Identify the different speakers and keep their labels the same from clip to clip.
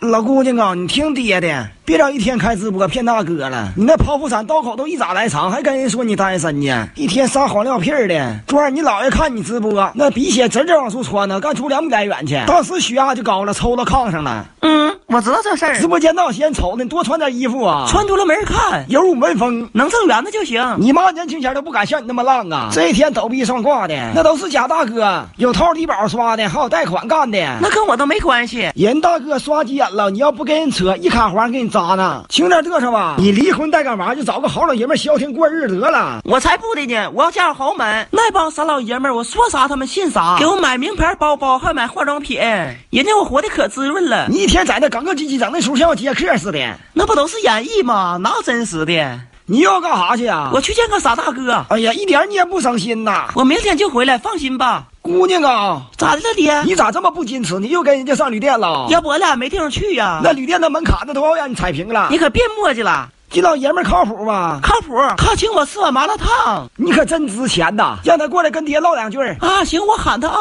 Speaker 1: 老姑娘啊，你听爹的，别整一天开直播骗大哥了。你那剖腹产刀口都一拃来长，还跟人说你单身呢，一天撒谎撂屁儿的。昨儿你姥爷看你直播，那鼻血直直往出窜呢，干出两米来远去。当时血压就高了，抽到炕上了。
Speaker 2: 嗯，我知道这事儿
Speaker 1: 直，播间闹闲瞅呢，你多穿点衣服啊，
Speaker 2: 穿多了没人看，
Speaker 1: 有辱门风。
Speaker 2: 能挣圆子就行。
Speaker 1: 你妈年轻前都不敢像你那么浪啊！这一天抖逼上挂的，那都是假大哥，有套低保刷的，还有贷款干的。
Speaker 2: 那跟我都没关系。
Speaker 1: 人大哥刷急眼了，你要不跟人扯，一卡环给你扎呢。轻点嘚瑟吧，你离婚带干嘛？就找个好老爷们儿消停过日子得了。
Speaker 2: 我才不的呢！我要嫁入豪门，那帮傻老爷们儿，我说啥他们信啥，给我买名牌包包，还买化妆品，人家我活得可滋润了。
Speaker 1: 你一天在那耿耿唧唧，整那出像要接客似的。
Speaker 2: 那不都是演绎吗？哪有真实的？
Speaker 1: 你又要干啥去啊？
Speaker 2: 我去见个傻大哥，
Speaker 1: 哎呀，一点你也不省心呐，
Speaker 2: 我明天就回来，放心吧。
Speaker 1: 姑娘啊，
Speaker 2: 咋的了，爹？
Speaker 1: 你咋这么不矜持？你又跟人家上旅店了？
Speaker 2: 要不我俩没地方去呀、
Speaker 1: 那旅店的门槛子都要让你踩平了
Speaker 2: 你。可别磨叽了，
Speaker 1: 这老爷们儿靠谱吗？
Speaker 2: 靠谱，靠请我吃碗麻辣烫
Speaker 1: 你可真值钱呐！让他过来跟爹唠两句儿。
Speaker 2: 啊！行，我喊他啊，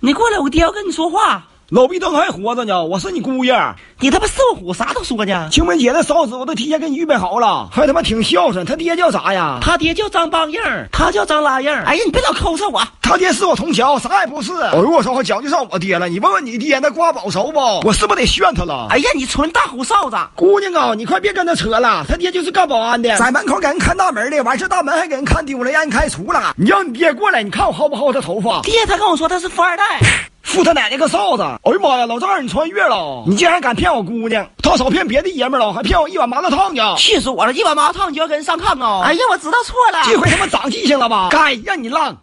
Speaker 2: 你过来，我爹要跟你说话。
Speaker 1: 老毕登还活着呢，我是你姑爷。
Speaker 2: 你他妈四五虎啥都说呢。
Speaker 1: 清明节的烧纸我都提前给你预备好了，还他妈挺孝顺。他爹叫啥呀？
Speaker 2: 他爹叫张梆硬儿，他叫张拉硬儿。哎呀，你别老抠搜我。
Speaker 1: 他爹是我同桥，啥也不是。哎呦我操，还讲究上我爹了？你问问你爹那瓜保熟不？我是不是得炫他了？哎，
Speaker 2: 哎呀，你纯大胡哨子！
Speaker 1: 姑娘啊，你快别跟他扯了，他爹就是干保安的，在门口给人看大门的，完事大门还给人看丢了，让人开除了。你让你爹过来，你看我薅不薅他头发？
Speaker 2: 爹，他跟我说他是富二代，
Speaker 1: 负他奶奶个臊子！哎呦妈呀，老丈人你穿越了，你竟然敢骗我姑娘？他少骗别的爷们儿了，还骗我一碗麻辣烫呢。
Speaker 2: 气死我了！一碗麻辣烫你就要跟人上炕啊！哎呀，我知道错了。
Speaker 1: 这回他妈长记性了吧？该让你浪。